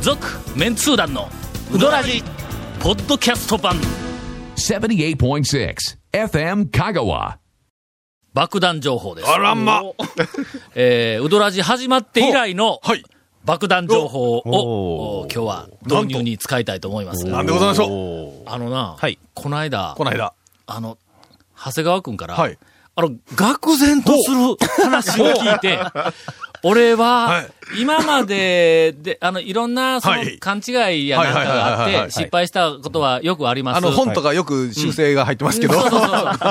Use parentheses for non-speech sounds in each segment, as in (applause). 続メンツー団のウドラジポッドキャスト版78.6 FM Kagawa. 爆弾情報ですあらまえー、ウドラジ始まって以来のはい。爆弾情報をおお今日は導入に使いたいと思いますながんでございましょう。あのな、はいこの間この間。あの長谷川君から、はいあの愕然とする話を聞いて (laughs) 俺ははい今までであのいろんなそのはい勘違いやなんかがあはいはいっはいはいはてい失敗したことはよくありますあの、本とかよく修正が入ってますけど。そうそうそう。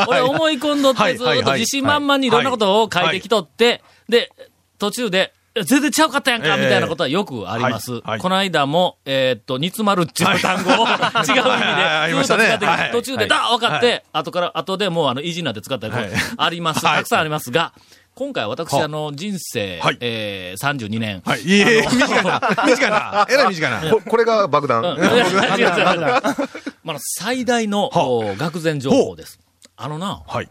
俺 (laughs) はい思い込んどっはていずっと自信満々にいろんなことを書いてきとって、で、途中で、え全然ちゃうかったやんか、ええみたいなことはよくあります。はいはいこの間も、えーっと、煮詰まるっていう単語を違うはいあ意り味で、まずしっと使ってきたねてはい途中で、だ、分かって、後から、後でもう、あの、意地になって使ったりとかはいあります。はいたくさんありますが、今回私、はあの、人生、はいえー、32年。はい。いえいえ、短いな。 (laughs) 短いな。えらい短いな。ここれが爆弾。うんいや違う違う違う (laughs) まああの最大の、はお愕然情報です。あのな、はい。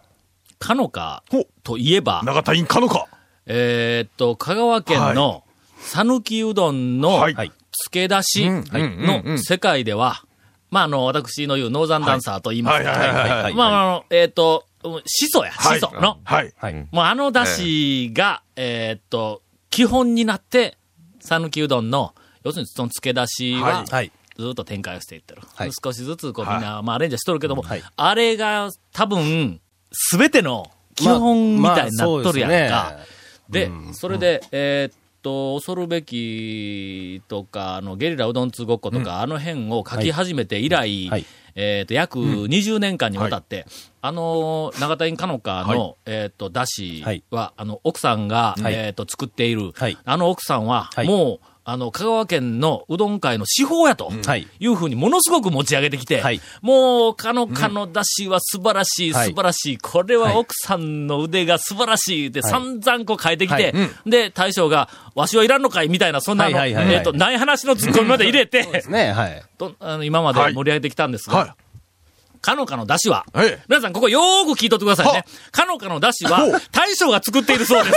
かのかほうといえば、長田院かのか。えーっと、香川県の、讃岐うどんの、はい漬け出しうんうのん世界では、まあ、あの、私の言うノーザンダンサーと言いますはいはいはいはいはいまあ、あの、えーっと、しそや、はしいその。はい。はい。もうあの出汁が、えーっと、基本になって、讃岐うどんの、要するにその漬け出しは、はい。ずっと展開をしていってる。はい少しずつこうみはいんな、まあアレンジはしとるけども、はいあれが多分、すべての基本みたいになっとるやんか。まあそうですねで、それで、えーっと、恐るべきとか、あの、ゲリラうどん通ごっことか、あの辺を書き始めて以来、はいえーっと、約20年間にわたって、あの、長田院かのかの、えーっと、だしはいは、あの、奥さんが、はいえーっと、作っている、はいあの奥さんは、はいもう、あの、香川県のうどん界の司法やと、はいいうふうにものすごく持ち上げてきて、はいもう、かのかのだしは素晴らしい、はい素晴らしい、これははい奥さんの腕が素晴らしいって、はい散々こう変えてきはてい、で、大将が、わしはいらんのかいみたいな、そんなの、はいはいはいえっと、ない話のツッコミまで入れ (laughs) て、ね、はい。とあの今まで盛り上げてきたんですが、はかのかのだしは、ええ皆さんここよーく聞いとってくださいねは。かのかのだしは、大将が作っているそうです。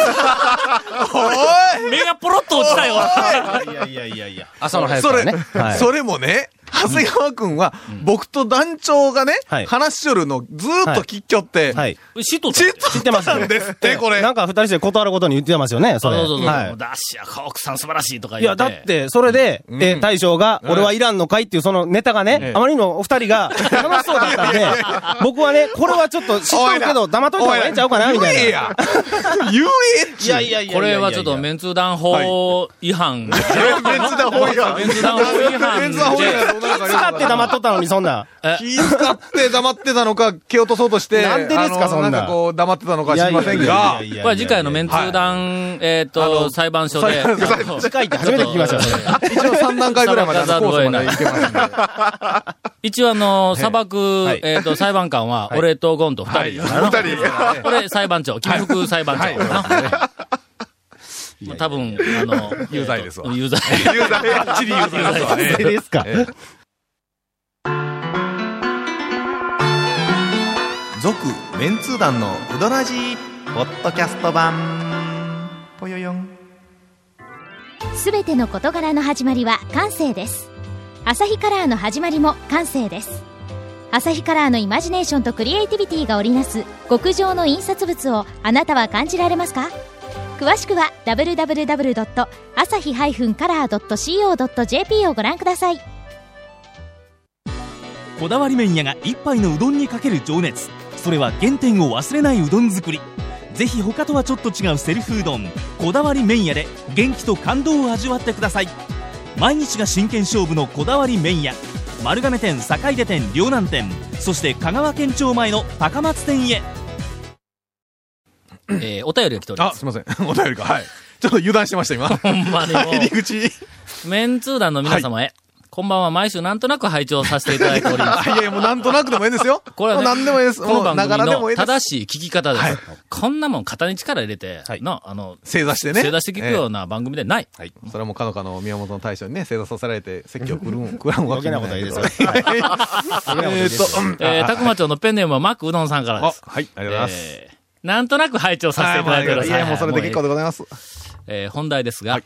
(laughs) 目がポロッと落ちたよ。いやいやいやいや。朝の早くそかられね。は、い。それもね、長谷川くんは、僕と団長がねはい、話しよるのずーっと聞きよって、はい。しとったちっ知ってますなんですって、これな。んか二人で断ることに言ってますよね、それ。そうそうそう。はだしや、奥さん素晴らしいとかい。い言や、って。だっ。て、それで、んえ、大将が、俺はいらんのかいっていうそのネタがねえ、あまりにもお二人が楽しそうだったん (laughs) で、僕はね、これはちょっと知っとるけど、黙っといた方がええんちゃうかな、みたいな。言えや。言えっちゅう。いやいこれはちょっとメンツー団法違反。メンツだ、ほいや。メンツー団法違メ反ンツだ、ほで。いや。使って黙っとったのに、そんな。気使って黙ってたのか、蹴落とそうとして、なんでですかあのそんなんかこう、黙ってたのか知りませんがいやいやいやいやいやいやこれは次回のメンツー団、えっあと、の裁判所で。裁判所次回って初めて聞きましたよ、それ。一応3段階ぐらいまであのコースまで行けますんで。一応あの、砂漠はい、えっと、裁判官は、俺とゴンと二人ですから。二人。これ裁判長、金服裁判長。な (laughs) 多分、あの、有罪ですわえーと有罪。ばっちり言うとですわねそれですか。続メンツー団のうどらじポッドキャスト版ぽよよんすべての事柄の始まりは感性ですアサヒカラーの始まりも感性ですアサヒカラーのイマジネーションとクリエイティビティが織りなす極上の印刷物をあなたは感じられますか詳しくは www.asahi-color.co.jp をご覧くださいこだわり麺屋が一杯のうどんにかける情熱それは原点を忘れないうどん作りぜひ他とはちょっと違うセルフうどんこだわり麺屋で元気と感動を味わってください毎日が真剣勝負のこだわり麺屋丸亀店坂出店両南店そして香川県庁前の高松店へえーお便りが来ておりまあす。すいません (laughs) お便りかはいちょっと油断してました今ほんまにも、入り口いうメンツー団の皆様へ、こんばんは、毎週なんとなく拝聴させていただいております。 (laughs) やいやもうなんとなくでもいいんですよこれはねもう何でもいいですこのもう番な組がらでもいのいです正しい聞き方です。はいこんなもん肩に力入れて、な、あの、正座してね正座して聞くような番組でない。ええそれはもうかのかの宮本の大将にね正座させられて説教をく (laughs) るん食らうわ余け計なことはいいですよ。 (laughs) えーっとうんえー、たくま町のペンネームはマックうどんさんからであす。はいありがとうございますえーなんとなく拝聴させはていいもただいうありてがおとうります。いやもうそれで結構でございますえー本題ですが、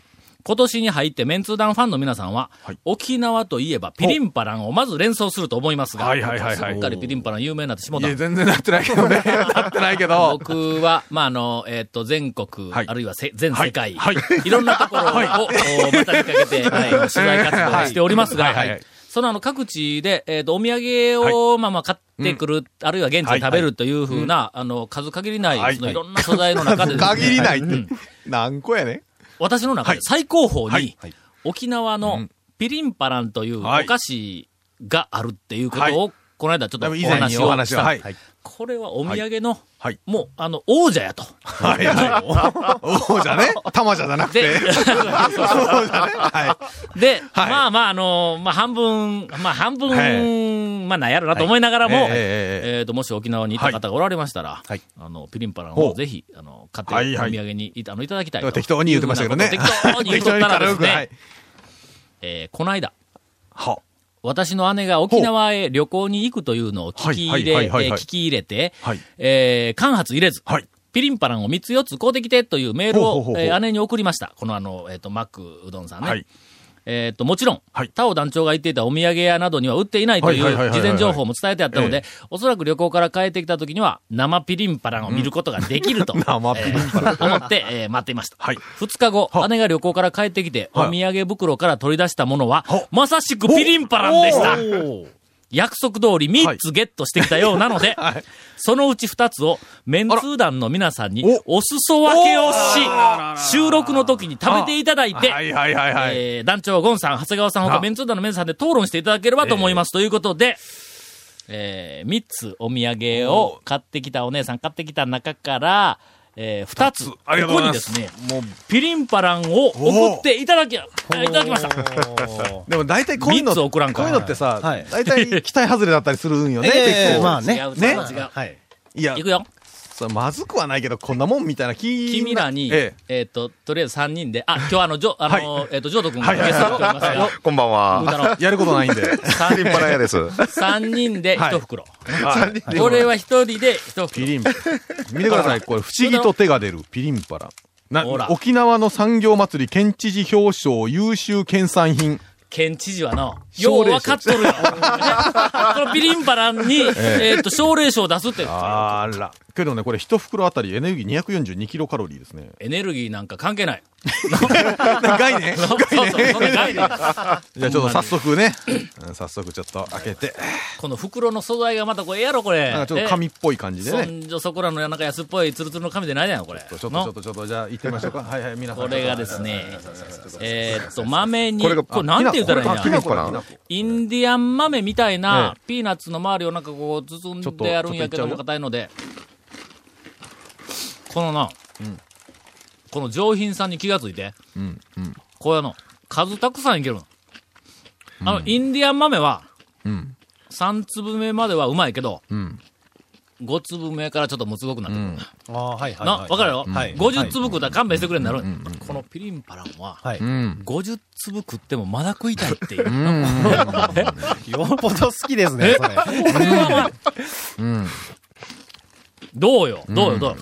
今年に入ってメンツー団ファンの皆さんは、沖縄といえばピリンパランをまず連想すると思いますが、はいはいはいはいすっかりピリンパラン有名になってしもういたや、。全然なってないけ (laughs) どね。なってないけど。僕は、まあ、あの、えっ、と、全国、はいあるいはせ全世界、はいい、ろんなところを、おまた見かけ (laughs) て、はい、取材活動をしておりますが、はいはいはいそのあの各地で、えっ、と、お土産を、まあまあ買ってくる、あるいは現地で食べるというふうな、あの、数限りない、はいそのいろんな素材の中でですね、限りないっうてん。何個やね私の中で最高峰はにい、沖縄のピリンパランというおはい菓子があるっていうことを、この間ちょっとお以前話にをお話しは。た。はい。これはお土産の、はいもう、あの、王者やと。はいはい。王者ね。玉じゃなく (laughs) て。で王者ね。はで、はいまあまあ、あのまあ半分、まあ半分、はまあなんやろなと思いながらも、はいえええええっ、と、もし沖縄に行った方がおられましたら、はいあの、ピリンパランほをうぜひ、あの、買はっいて、はいお土産にいあのいただきたいとい。適当に言ってましたけどね。いうふうなことを適当に言っとったらです (laughs) 適当に軽くはねい、えーこの間、は。私の姉が沖縄へ旅行に行くというのを聞き入れ、はいはいはいはいえーはい聞き入れて、はいえー間髪入れず、はいピリンパランを3つ4つ買うてきてというメールをほうほうほうほうえー姉に送りました。このあの、えっ、と、マックうどんさんね。はいえっ、と、もちろん、はいタオ団長が言っていたお土産屋などには売っていないといはいはいはいはういは事い前情報も伝えてあったので、おそらく旅行から帰ってきた時には生ピリンパランを見ることができると、 (laughs) 生ピリンパランえー思って、えー待っていました。はい2日後は、姉が旅行から帰ってきて、はいお土産袋から取り出したものはは、まさしくピリンパランでした。約束通り3つゲットしてきたような (laughs) ので、そのうち2つをメンツー団の皆さんにお裾分けをし、収録の時に食べていただいて、はいはいはいはい。えー団長ゴンさん、長谷川さんほかあメンツー団の皆さんで討論していただければと思います。ということで、え3つお土産を買ってきたお姉さん買ってきた中から、え2つ、二こつありがとうこござにでいますすね、ピリンパランを送っていただき、いただきました。でも大体こういうの、三つこ送らんかういうのってさはい、大体期待外れだったりするんよね、え結え構。まあね違う、ねそんな違う。はい。いやい、くよ。それまずくはないけど、こんなもんみたいな気君らに、ええっ、と、とりあえず3人で、あ、今日はあの、ジョ、あの、はえっ、と、ジョート君はがいはいゲストに来ておりますが、こんばんうは。たのえやることないんで。 (laughs) ピリンパラ屋です。 3人で1袋。はいこれは1人で1ピ袋。リンパ。見てください、これ、不思議と手が出る、ピリンパラ。なほら沖縄の産業祭り県知事表彰優秀県産品。県知事はの、よ奨う励分賞かっとるよ。ね (laughs) このピリンパランに、えっと、奨励賞を出すって。あら。けどね、これ一袋あたりエネルギー242キロカロリーですね。エネルギーなんか関係ない。概 (laughs) 念そうそう、そんな概念じゃあちょっと早速ね、うん早速ちょっと開けて、この袋の素材がまたこれええやろ、これ。なんかちょっと紙っぽい感じでそね。んじょそこらのなんか安っぽいツルツルの紙でないじゃん、これ。ちょっとちのょっとちょっとじゃあ行ってみましょうか。はいはい皆さん。これがですね、えーっと、豆に、これこれがなんて言ったらいいんあきなや。粉だきなインディアン豆みたいなえ、ピーナッツの周りをなんかこう、包んであるんやけどもちょっとちょっといっちゃうよ硬いので、このな、この上品さんに気がついて、うんうんこれあの、数たくさんいけるの。あの、インディアン豆は、うん3粒目まではうまいけど、うん。 5粒目からちょっともつごくなってくる。ああ、はいはい。な、わかるよ、はい。 ?50 粒食うたら勘弁してくれになる。このピリンパランは、はい。うん。 50粒食ってもまだ食いたいっていう。こよっぽど好きですね、それ。れはどうよ、どうよ、どうよ。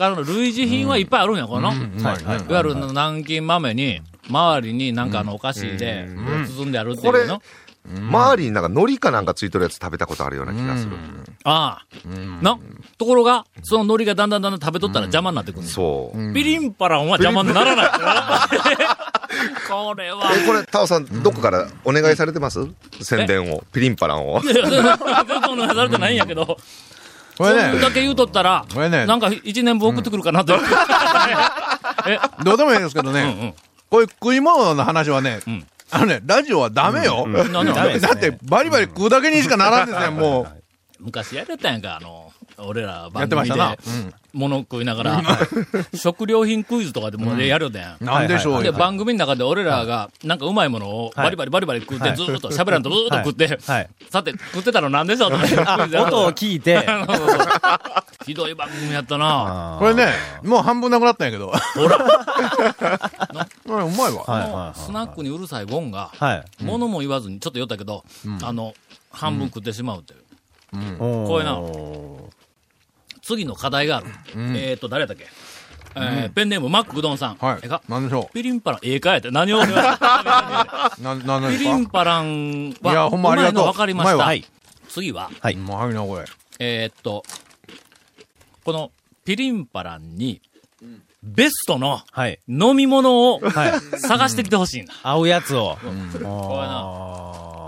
あの、類似品はいっぱいあるんや、この。いはいはい。わゆる南京豆に、周りになんかあのお菓子で包んであるっていこれうの。、周りになんか海苔かなんかついてるやつ食べたことあるような気がする。ああ。な、ところが、その海苔がだんだんだんだん食べとったら邪魔になってくる。そう。ピリンパランは邪魔にならない。 (laughs) これは。え、これ、タオさん、どこからお願いされてます宣伝を。ピリンパランを。いやそれはそんなされてないんやけど。これそんだね、け言うとったら、これねなんか一年分送ってくるかなと。え、どうでもいいですけどうんうんね、こういう食い物の話はねん、あのね、ラジオはダメよ。だなんでダメです (laughs) ねだってバリバリ食うだけにしかならんですね、もう。昔やれたやんか、あの、俺らや番ってま組しでたな。物食いながら、食料品クイズとかでもねやるよね。うんなんでしょうで、よ。番組の中で俺らが、なんかうまいものをバリバリバリバリ食って、ずーっと喋らんとずーっと食って、はい。さて、食ってたのなんでしょうと (laughs) か言ってクイズやる音を聞いて、そうそうそうひどい番組やったな。あこれね、もう半分なくなったんやけど。ほ (laughs) ら。うまいわ。はいはいはいスナックにうるさいゴンが、はい。物も言わずに、ちょっと酔ったけど、あの、半分食ってしまうという。これな次の課題がある。えっ、と、誰だっけえーペンネームマックうどんさん。はいええか。何でしょピリンパラン、ええかやって。何を俺は (laughs) う。な、なんでピすリかンパランは、いやほんまありがとうまいのう分かりまうましいた。わはい次は、うまいな、これ。えーっと、このピリンパランに、ベストのはい。飲み物をはい。探してきてほしいんだ。合うやつを。これな、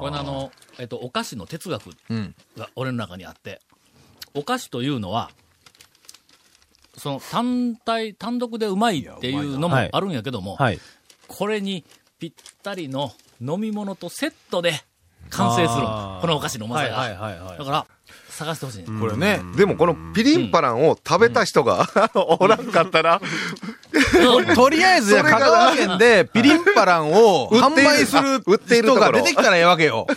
これなあの、えっと、お菓子の哲学うん。が俺の中にあって、お菓子というのは、その単体、単独でうまいっていうのもいやうまいなあるんやけども、はい。これにぴったりの飲み物とセットで完成するんだあーこのお菓子のうまさが。はいはいはいはいだから、探してほしいね、これね。でもこのピリンパランを食べた人がおらんかったら、とりあえず、それ香が川県でピリンパランを販売する売っている人ところが出てきたらええわけよ。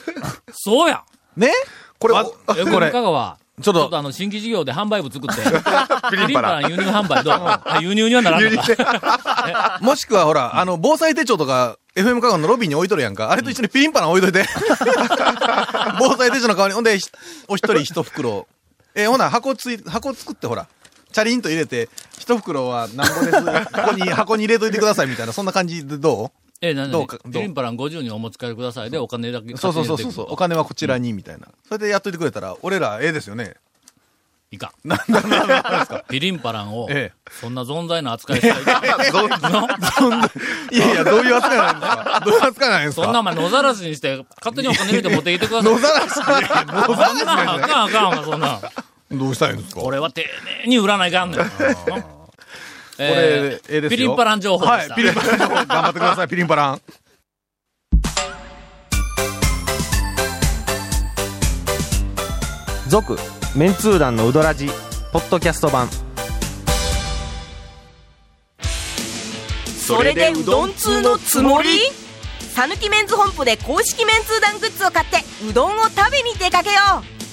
そうやねこれ、わえ (laughs) ここれ、れ香川。ちょっちょっとと、あの、新規事業で販売部作 (laughs) って、ピピリリンンパパララン。ン輸入販売どうあ輸入にはならんのか。もしくはほら、あの、防災手帳とか、FM 香川のロビーに置いとるやんか。あれと一緒にピリンパラン置いといて。 (laughs) 防災手帳の代わりに。ほんで、ひお一人一袋。え、ほな、箱つい、箱作ってほら。チャリンと入れて、一袋はなんぼです。ここに、箱に入れといてくださいみたいな、そんな感じでど (laughs) え、なんどうかどうピリンパラン50人お持ち帰りくださいで、お金だけうそうそうそう勝手に入れていくそう。とお金はこちらに、みたいな。それでやっといてくれたら、俺ら、ええですよね。いかん。ピリンパランをええ、そんな存在の扱いしたいか。の (laughs) いやいや、どういう扱いなんですかどういう扱いなんですかそんなお前野ざらしにして、勝手にお金入れて持ってきてください。野ざらし野ざらしあかんあかんあかんあかん、そんなん。どうしたいんですかこれは丁寧に売らないか (laughs) んねん。えこれええーですよピリンパラン情報ではしい、たピ。リンパランの方頑張ってください、ピリンパラン。続、メンツー団のウドラジ、ポッドキャスト版。それでうどん通のつもりさぬきメンズ本舗で公式メンツー団グッズを買ってうどんを食べに出かけよ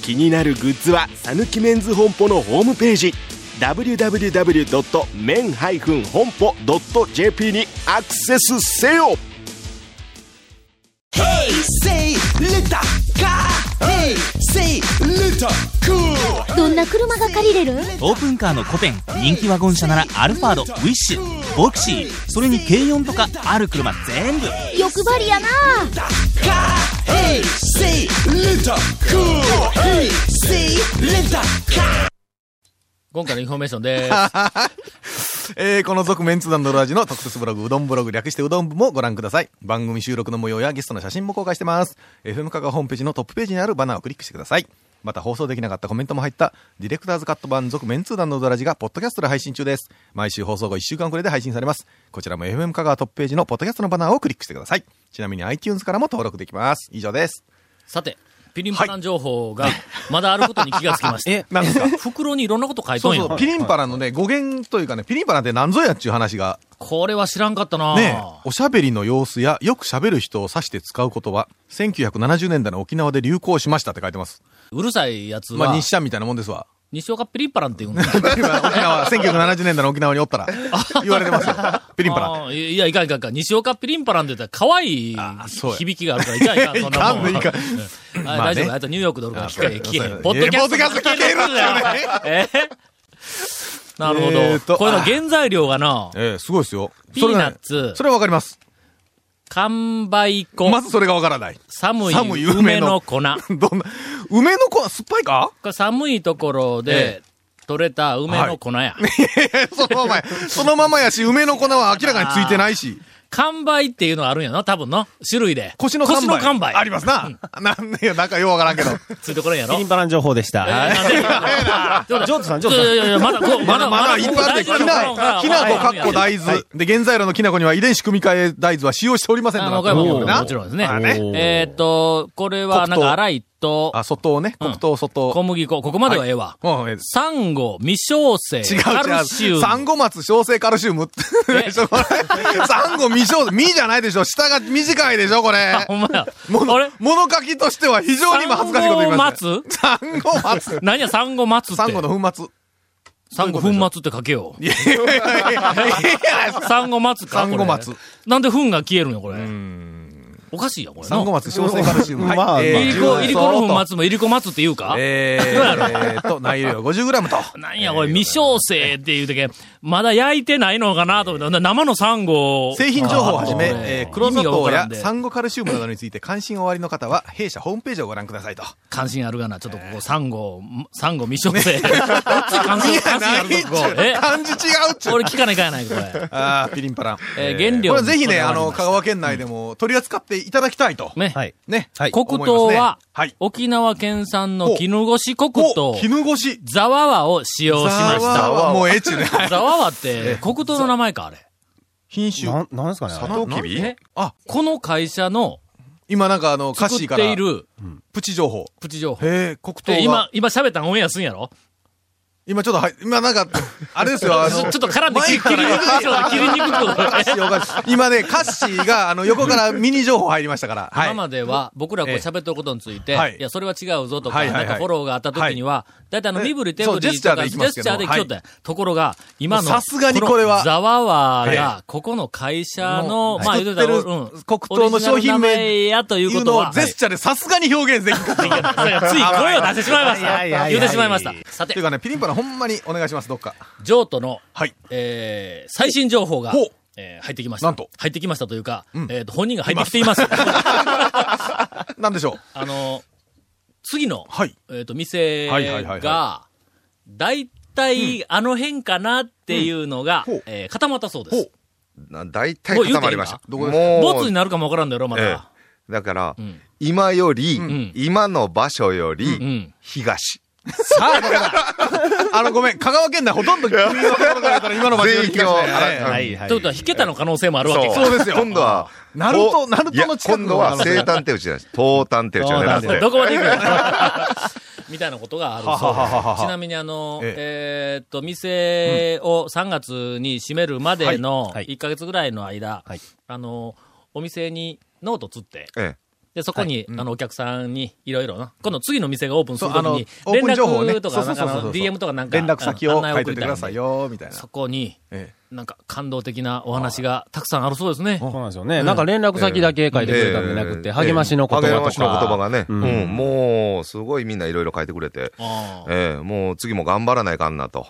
気になるグッズはさぬきメンズ本舗のホームページ www.men-honpo.jp にアクセスせよどんな車が借りれるオープンカーの古典人気ワゴン車ならアルファードウィッシュボクシーそれに軽4とかある車全部欲張りやな今回のインフォメーションです。えー、この続メンツ団のラジの特設ブログ、うどんブログ略してうどん部もご覧ください。番組収録の模様やゲストの写真も公開してます。FM カがホームページのトップページにあるバナーをクリックしてください。また放送できなかったコメントも入った、ディレクターズカット版続メンツ団のうどらじが、ポッドキャストで配信中です。毎週放送後1週間くらいで配信されます。こちらも FM カがトップページのポッドキャストのバナーをクリックしてください。ちなみに iTunes からも登録できます。以上です。さて、ピリンパラン情報がまだあることに気がつきま (laughs) した。えなんですか袋にいろんなこと書いとそうんやそう、ピリンパラのね、語源というかね、ピリンパラって何ぞやっちゅう話が、これは知らんかったなね、おしゃべりの様子やよくしゃべる人を指して使う言葉、1970年代の沖縄で流行しましたって書いてます。うるさいやつは、まあ、日社みたいなもんですわ。西岡ピリンパランって言うんだ。沖縄、1970年代の沖縄におったら、言われてますよ。ピリンパラ。あーいや、いかんいかんいかん。西岡ピリンパランって言ったら可愛いーそうや響きがあるから、いかんいかん、そんなもん。 (laughs) いかんいかんうんあまあ大ね丈夫。あとニューヨークドルから聞け、聞けそうやへん。ポッドキャスト聞けるんだよ。えー (laughs) なるほど。えーとこれの原材料がな、ええ、すごいですよ。ピーねナッツそれはわかります。完売粉、まずそれがわからない。 (laughs) 寒い寒い梅の梅の粉。こどんな、梅の子は酸っぱいかれ寒いところで、取れた梅の粉や。そのままや、そのままやし、梅の粉は明らかについてないし。完売っていうのはあるんやな、多分の。種類で。腰の乾杯。腰の完売。ありますな。なんでや、なんかようわからんけど。ついてこれんやろ。ピリンパラン情報でした。えーなんでちょっとジョートさん、ちジょョートいさやんい。やいや、まだ、こうまだ、まだいっぱいあって、きな、きなこかっこ大豆。で、原材料のきなこには遺伝子組み換え大豆は使用しておりませんあのの、なわかりまこしれたなもちろんですね。あねえーっと、これは、なんか、粗いと、あ、外をね、黒糖、外。小麦粉、ここまではええわ。うんええサンゴ、未焼成、違カうルシ違ウう。ム。サンゴ松小生カルシウム (laughs) って。えそこれサンゴ未小生、未じゃないでしょ。下が短いでしょ、これあ、。ほんまや。もあれの、物書きとしては非常に今恥ずかしいこと言いま (laughs) したね。サンゴ松何や、サンゴ松って。サンゴの粉末。サンゴ粉末って書けよう。サンゴ松か。サンゴ松これなんで粉が消えるんよ、これ。おかしいよ、これな。三五松小生カルシウム。はいまあえーいりこ、いりこの粉重曹と松もいりこ松って言うかえー、えーと、内容 50g と。なんや、これ、未焼成っていうだけ、まだ焼いてないのかなと思って、生のサンゴを製品情報をはじめ、あーえー、黒砂意味がわ糖からやんで産後カルシウムなどについて関心おありの方は、弊社ホームページをご覧くださいと。関心あるがな、ちょっとここ、サンゴ、サンゴ未焼 (laughs) 成。こっち関心、関心あるとここ。え漢字違うっちゅう。俺聞かないかやないか、これ。 (laughs) ああ、ピリンパラン。えー原料これぜひね、にこだわありますの、香川県内でも取り扱っていただきたいと。ね。はい。ね。はい黒思い糖ますねは、はい。沖縄県産の絹ごし黒糖お、、絹ごし。ざわわを使用しましざた。わわもうええっちゅうね。はいざわわって、黒糖の名前か、あれ。品種。なん、なんですかねあれトウキビえあ、この会社の今なんかあの、歌作詞っからてい、るプチ情報。プチ情報。へえ、黒糖が。で、今今、、今喋ったんオンエアすんやろ今ちょっとはい、今なんか、あれですよ、(laughs) あちょのっ、と絡んで切り切りにくくそうだ切りにくく (laughs) そうだ歌詞おかしい今ね、歌詞が、あの、横からミニ情報入りましたから。はい。今 (laughs) までは僕らこうええ喋ってることについて、はいいや、それは違うぞとか、はいはいはないんかフォローがあった時には、だいたいあの、身振り手振りとか、そうジェスチャーで行ジきまェすけスチどャーで来よったんやところが、今の、もうさすがにこれはのざわわはが、ここの会社の、はいまあ、言うたら、作ってるうん黒糖の商品名オリジナル名やといういこうとのは、をジェスチャーでさすがに表現できなかった。 (laughs) はいつい声を出してしまいましはいはいはいた。はい言うてしまいました。さといてう、 (laughs) かね、ピリンパラほんまにお願いします、どっか。譲渡の、はい。えー、最新情報がほう、えー入ってきました。なんと入ってきましたというか、んえっと、本人が入ってきています。なんでしょう。あの、次の、はいえっ、と、店はいはいはいが、だいたいあの辺かなっていうのが、うんほうえー固まったそうでほすう。な大体固まりました。ももう言ううていいボツになるかもわからんだよ、まえだ。えだから、ん今より、ん今の場所ようり、ん。東。 (laughs) あの、ごめん、香川県内ほとんど国のところからたら今の場所に来ましたね全域をはいははいはいということは、引けたの可能性もあるわけうか。そうですよ今度は、ナルトおナルトの近くのいや今度は西端手打ちじゃないです。東端手打ちを狙っそう (laughs) て。どこまで行くの (laughs) みたいなことがあるそうはははではす。ちなみにあの、えええーっと、店を3月に閉めるまでのはいはい1ヶ月ぐらいの間、はいあの、お店にノートつって、えで、そこに、あの、お客さんに、いろいろな、今度次の店がオープンするときにそ、うあの連オープン情報をね絡とか、そなんうそうそうそうか、DM とかなんか、連絡先あをの書いておいてください。案内を送りよ、みたいたな。そこに、えなんか、感動的なお話がたくさんあるそうですね。そうなんですよね。なんか連絡先だけ書いてくれたんじゃなくて、励ましの言葉とか。励ましの言葉がね、ううんん、もう、すごいみんないろいろ書いてくれて、ああええもう次も頑張らないかんなと。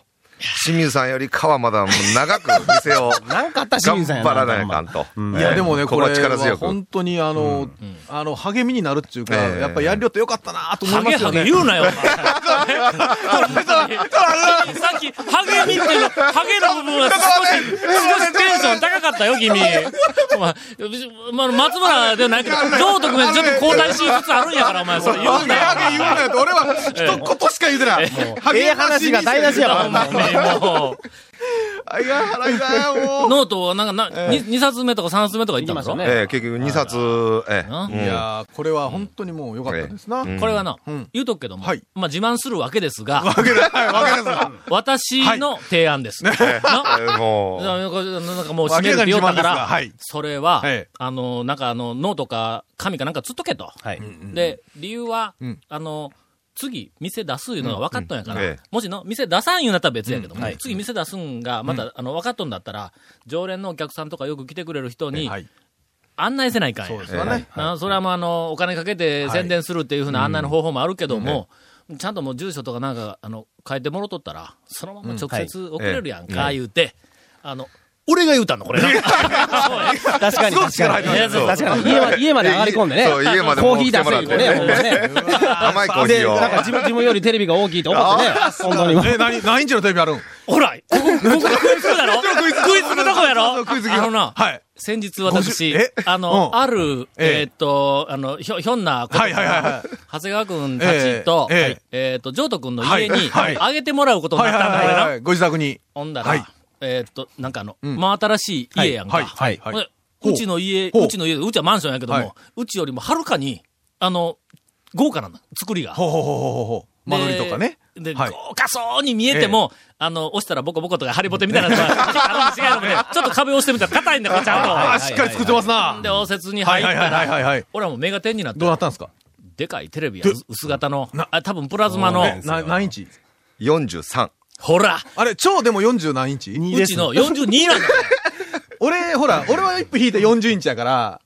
清水さんよりかはまだ長く店をなんかあった清頑水さんや張らないかんと。えいや、でもね、ここれは力は強く。本当に、あの、あの、励みになるっていうか、ええやっぱやりよってよかったなと思ハいまゲすハよゲね。言うなよ、お前さっき、ハゲ見てる、ハゲの部分は少し、少しテンション高かったよ、君。お前、まあ、松村ではないけど、上徳面ちょっと交代しつつあるんやから、お前、それ言ハうゲなよ。ハゲ言わないと、俺は一言しか言うてない。もうハええゲ話が台無しやほんまわ。にもう。 (laughs) あいや、腹痛いよ、もう。ノートはなんかな、に二2冊目とか3冊目とか言ったんでしょ言いましたねええ結局2冊、ええなうんいやーこれは本当にもう良かったですな。ええうんこれ (laughs) はな、うん言うとくけども、はいまあ自慢するわけですが、わけない、わけないで私の提案です。なええもう、なんかなんかもう締めるって言おったから、明らかに自慢ですがはいそれは、はいあの、なんかあの、ノートか紙かなんかつっとけと。はい。で、理由は、うんあの、次、店出すいうのが分かっとんやから、うんうんええもしの、店出さんいうなったら別やけども、うんはい次店出すんが、また、あの、分かっとんだったら、常連のお客さんとかよく来てくれる人すにか。、はい。案内せないかんや。そうですよね。あそれはもうあの、お金かけて宣伝するっていうふうな案内の方法もあるけども、ちゃんともう住所とかなんか、あの、変えてもろとったら、そのまま直接送れるやんうんか、はい言うて、あの、俺が言うたんだ、これ (laughs) が。そうや確かに。確かに。いやそう確かに。家まで家まで上がり込んでね。そう家までコもーうヒ来ー出てもせらっるてよね、ほんまね。甘いコーヒで、ーを。なんか自分、自分よりテレビが大きいと思ってね。本当にもう。え、何、何インチのテレビあるんほら、ここ、ここクイズするだろクイズするとこやろクイズあのな、はい。先日50私え、あの、うんある、えええーっと、あの、ひょ、ひょんなこと、はいはいはいは長谷川くんたちと、ええはいえーっと、ジョートくんの家に、はいはいあげてもらうことにはないったんだ、はこいれなは。い。ご自宅に。ほんだら、はいえーっと、なんかあの、ん真新しい家やんか。はいはいほんはいでほううちの家、ほううちの家、うちはマンションやけども、はいうちよりもはるかに、あの、豪華なんだ、作りが。ほうほうほうほうほうほう。間取りとかね。で、はい豪華そうに見えても、あの、押したらボコボコとかハリボテみたいなのがあるに違い (laughs) のもね、ちょっと壁押してみたら硬いんだよ、これちあゃー、しっかり作ってますんと。な。で、応接には入いったはいら、はいはいはいはい。俺はもう目が点になってどう、なったんですかでかいテレビや、薄型の、あ、多分プラズマの、えな何インチ43。ほら、あれ、超でも40何インチうちの42なんだよ。 (laughs) 俺、ほら、俺は一歩引いて40インチやから、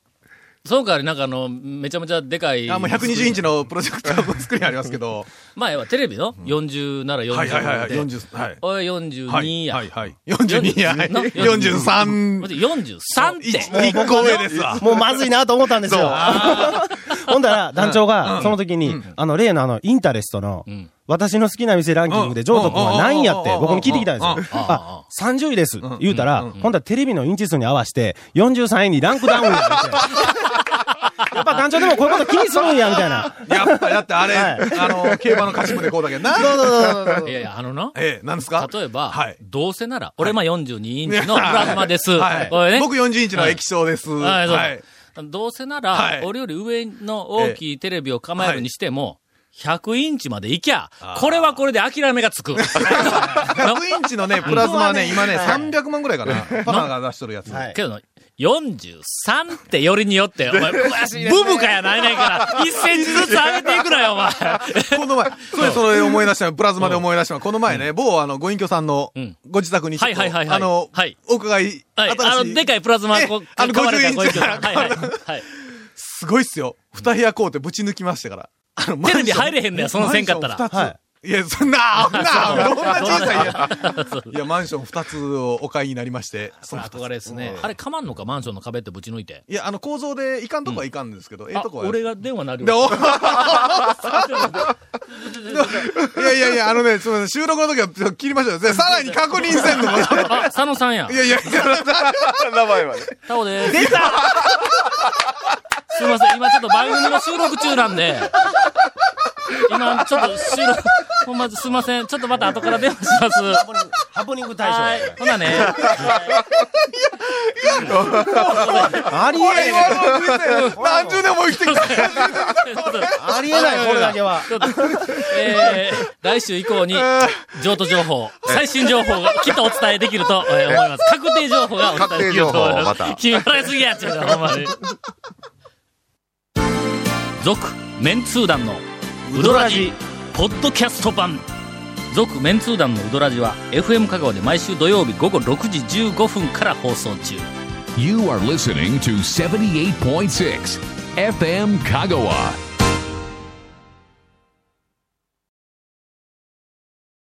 その代わりなんかあの、めちゃめちゃでかい。あ、もう120インチのプロジェクターの作りありますけど。前はテレビの40なら40。はいはいはい、40。はい。おい、42や。はいはい42や。43 43。って。 1個上ですわ。 (laughs) もうまずいなと思ったんですよ。 (laughs) ほんだら、団長が、その時に、あの、例のあの、インタレストの、私の好きな店ランキングで、ジョート君は何位やって、僕に聞いてきたんですよ。あ、30位です。言うたら、ほんだらテレビのインチ数に合わせて、43位にランクダウンや (laughs) やっぱ団長でもこういうこと気にするんや、みたいな。やっぱ、だってあれ、あの、競馬の勝ち部でこうだけどな。いやいや、あのな。ええ、なんですか例えば、どうせなら、俺ま42インチのプラズマです。 (laughs) 僕40インチの液晶です。はい。どうせなら、俺より上の大きいテレビを構えるにしても、100インチまでいきゃ、これはこれで諦めがつ (laughs) く。 100インチのね、プラズマはね、今ね、300万ぐらいかな。パナーが出しとるやつ。けど、43ってよりによって、お前、ブブかやないねんから、1センチずつ上げていくなよ、お前。この前、それそれ思い出したの、プラズマで思い出したの、この前ね、某あの、ご隠居さんの、ご自宅にはいはいはい。あの、お伺い、あの、でかいプラズマ、あの、50インチから。はいはい。すごいっすよ。二部屋こうってぶち抜きましたから。テレビ入れへんねや、そのせんかったら。いや、そんな、 (laughs) そんな、どんな小さいや。いや、マンション二つをお買いになりまして。その憧れですね。あれ、かまんのか、マンションの壁ってぶち抜いて。いや、あの、構造でいかんとこはいかんですけど、ええとこは。俺が電話なる (laughs) よ。いやいやいや、あのね、すみません、収録の時は切りましょう。さらに確認せんの (laughs) あ、佐野さんや。いや (laughs) いや、名前まで。タオです。出たすみません、今ちょっと番組の収録中なんで。今、ちょっと収録、ほんま、すいません。ちょっとまた後から電話します。。ハプニング大賞。はいほ (laughs) なね。ありえない。何十年も生きてきた。ありえない、これだけは。えー、来週以降に、譲渡情報、最新情報がきっとお伝えできると思います。確定情報がお伝えできると思います。君笑いすぎやっちゃうほんまに。続、メンツー団の、ウドラジポッドキャスト版続メンツー団のウドラジは FM 香川で毎週土曜日午後6時15分から放送中 You are listening to 78.6 FM 香川